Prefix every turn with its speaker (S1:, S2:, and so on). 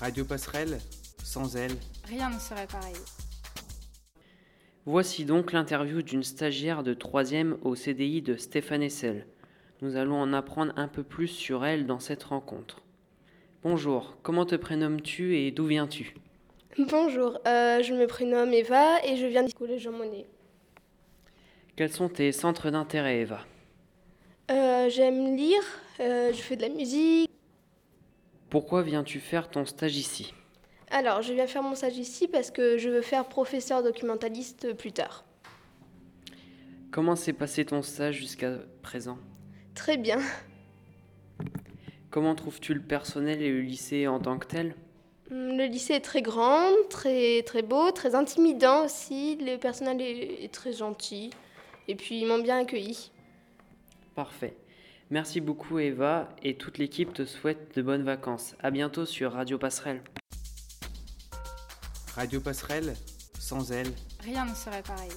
S1: Radio Passerelle, sans elle.
S2: Rien ne serait pareil.
S3: Voici donc l'interview d'une stagiaire de 3e au CDI de Stéphane Essel. Nous allons en apprendre un peu plus sur elle dans cette rencontre. Bonjour, comment te prénommes-tu et d'où viens-tu
S4: Bonjour, euh, je me prénomme Eva et je viens du collège Jean Monnet.
S3: Quels sont tes centres d'intérêt, Eva
S4: Euh, J'aime lire, euh, je fais de la musique.
S3: Pourquoi viens-tu faire ton stage ici
S4: Alors, je viens faire mon stage ici parce que je veux faire professeur documentaliste plus tard.
S3: Comment s'est passé ton stage jusqu'à présent
S4: Très bien.
S3: Comment trouves-tu le personnel et le lycée en tant que tel
S4: Hum, Le lycée est très grand, très, très beau, très intimidant aussi. Le personnel est, est très gentil. Et puis, ils m'ont bien accueilli.
S3: Parfait. Merci beaucoup Eva et toute l'équipe te souhaite de bonnes vacances. À bientôt sur Radio Passerelle.
S1: Radio Passerelle, sans elle.
S2: Rien ne serait pareil.